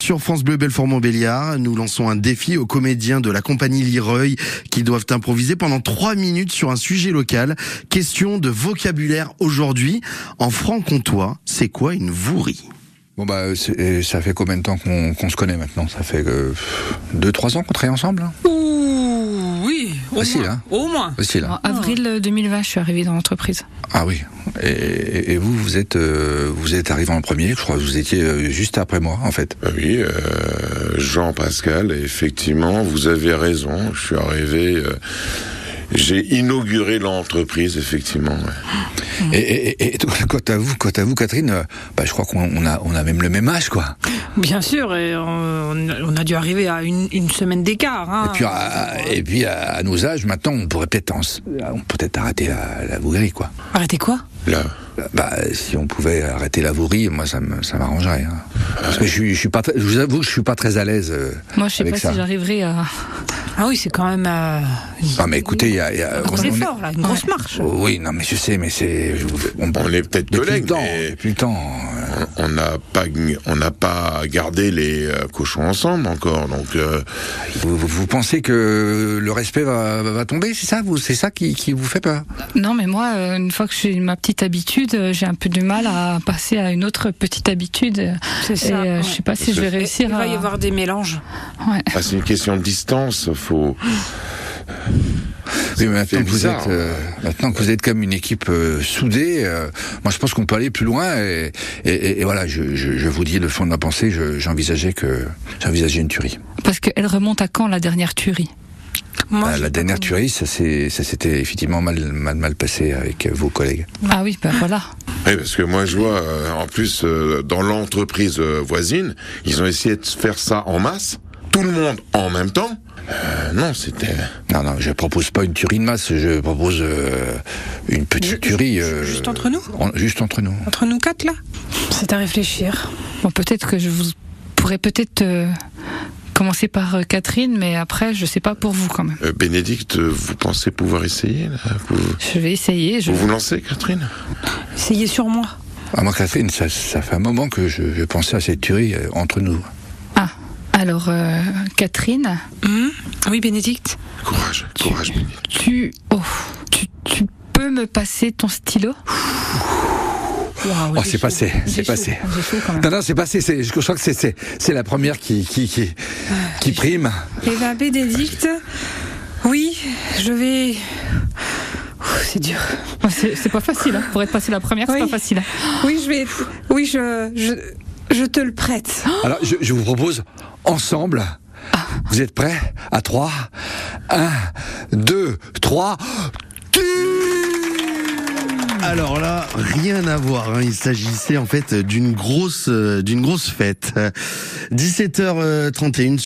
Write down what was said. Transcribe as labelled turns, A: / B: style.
A: Sur France Bleu Belfort-Montbéliard, nous lançons un défi aux comédiens de la compagnie Lireuil qui doivent improviser pendant trois minutes sur un sujet local. Question de vocabulaire aujourd'hui. En franc-comtois, c'est quoi une vourrie
B: Bon bah euh, c'est- euh, ça fait combien de temps qu'on qu'on se connaît maintenant Ça fait 2-3 ans qu'on travaille ensemble hein
C: Ouh, oui, au
B: Facile,
C: moins.
B: hein
C: Au moins.
B: Facile.
D: En
B: hein
D: avril euh, 2020, je suis arrivée dans l'entreprise.
B: Ah oui. Et, et- et vous, vous êtes, euh, vous êtes arrivé en premier, je crois que vous étiez euh, juste après moi en fait.
E: Ah Oui, euh, Jean-Pascal, effectivement, vous avez raison. Je suis arrivé. euh, j'ai inauguré l'entreprise, effectivement. ouais.
B: Et, et- et- et toi, quant à vous, quant à vous Catherine, euh, bah, je crois qu'on on a, on a même le même âge quoi.
C: Bien sûr, et on, on a dû arriver à une, une semaine d'écart.
D: Ah,
C: hein.
B: Et puis, à, et puis à, à nos âges maintenant, on pourrait peut-être en s- on peut peut-être arrêter la, la vouerie quoi.
C: Arrêtez quoi
E: Là.
B: Bah, si on pouvait arrêter la vouerie, moi ça, me- ça m'arrangerait. hein. Parce que je, suis- je suis pas, très- je vous avoue que je suis pas très à l'aise. euh,
D: Moi, je sais
B: avec
D: pas
B: ça.
D: si j'arriverai à.
C: Ah oui, c'est quand même euh,
B: Non Ah, mais écoutez, il y a, il y a-
C: un gros
B: on- on est-
C: effort, là, une grosse marche.
B: Oh oui, non mais je sais, mais c'est je- on,
E: On est peut-être
B: depuis
E: collègues,
B: le temps,
E: mais-
B: depuis le temps. euh,
E: On on n'a pas, gn- on n'a pas gardé les euh, cochons ensemble encore. Donc, euh,
B: Vous, vous- vous pensez que le respect va, va tomber, c'est ça, vous, c'est ça qui, qui vous fait peur
D: Non, mais moi, euh, une fois que j'ai ma petite habitude, euh, j'ai un peu du mal à passer à une autre petite habitude. euh,
C: C'est
D: Et
C: ça.
D: euh,
C: ouais.
D: je sais pas si je vais
C: Et-
D: réussir
C: Il
D: à.
C: va y avoir des mélanges.
D: Ouais.
E: ah, c'est une question de distance. Faut.
B: Oui, mais maintenant,
E: fait
B: que vous
E: bizarre, hein.
B: êtes, euh, maintenant que vous êtes comme une équipe euh, soudée, euh, moi je pense qu'on peut aller plus loin. Et, et- et- et voilà, je, je- je vous dis le fond de ma pensée, je- j'envisageais que j'envisageais une tuerie.
D: Parce qu'elle remonte à quand la dernière tuerie
C: Moi,
B: Bah,
C: Ah, je-
B: la dernière tuerie, ça s'est- ça s'était effectivement mal, mal, mal passé avec euh, vos collègues.
D: Ah oui, ben voilà.
E: Oui, parce que moi, je vois, euh, en plus, euh, dans l'entreprise euh, voisine, ils ont essayé de faire ça en masse, tout le monde en même temps. Euh, non, c'était.
B: Non, non, je propose pas une tuerie de masse, je propose euh, une petite tuerie. euh,
C: Juste entre nous
B: en- Juste entre nous.
C: Entre nous quatre, là C'est à réfléchir.
D: Bon, peut-être que je vous pourrais peut-être euh, commencer par euh, Catherine, mais après, je sais pas pour vous quand même.
E: Euh, Bénédicte, vous pensez pouvoir essayer là vous,
D: Je vais essayer. Je...
E: vous vous lancez, Catherine
C: Essayez sur moi.
B: Ah, moi, Catherine, ça, ça fait un moment que je, je pensais à cette tuerie euh, entre nous.
D: Ah, alors euh, Catherine,
C: Hum oui, Bénédicte
E: Courage, courage, Bénédicte.
D: tu... oh, tu, tu peux me passer ton stylo
B: Oh, c'est passé, c'est passé. Non, non, c'est passé, c'est, je crois que c'est, c'est, c'est la première qui, qui, qui, qui prime.
C: Eh bien, Bénédicte, oui, je vais. Ouh, C'est dur.
D: Oh, C'est c'est pas facile, hein. pour être passé la première, c'est
C: Oui.
D: pas facile.
C: Oui, je vais. Oui, je. je... je te le prête.
B: Alors, je, je vous propose, ensemble,
C: Ah.
B: vous êtes prêts À 3, 1, 2, 3, tu
A: Alors là, rien à voir. hein. Il s'agissait en fait d'une grosse, euh, d'une grosse fête. 17h31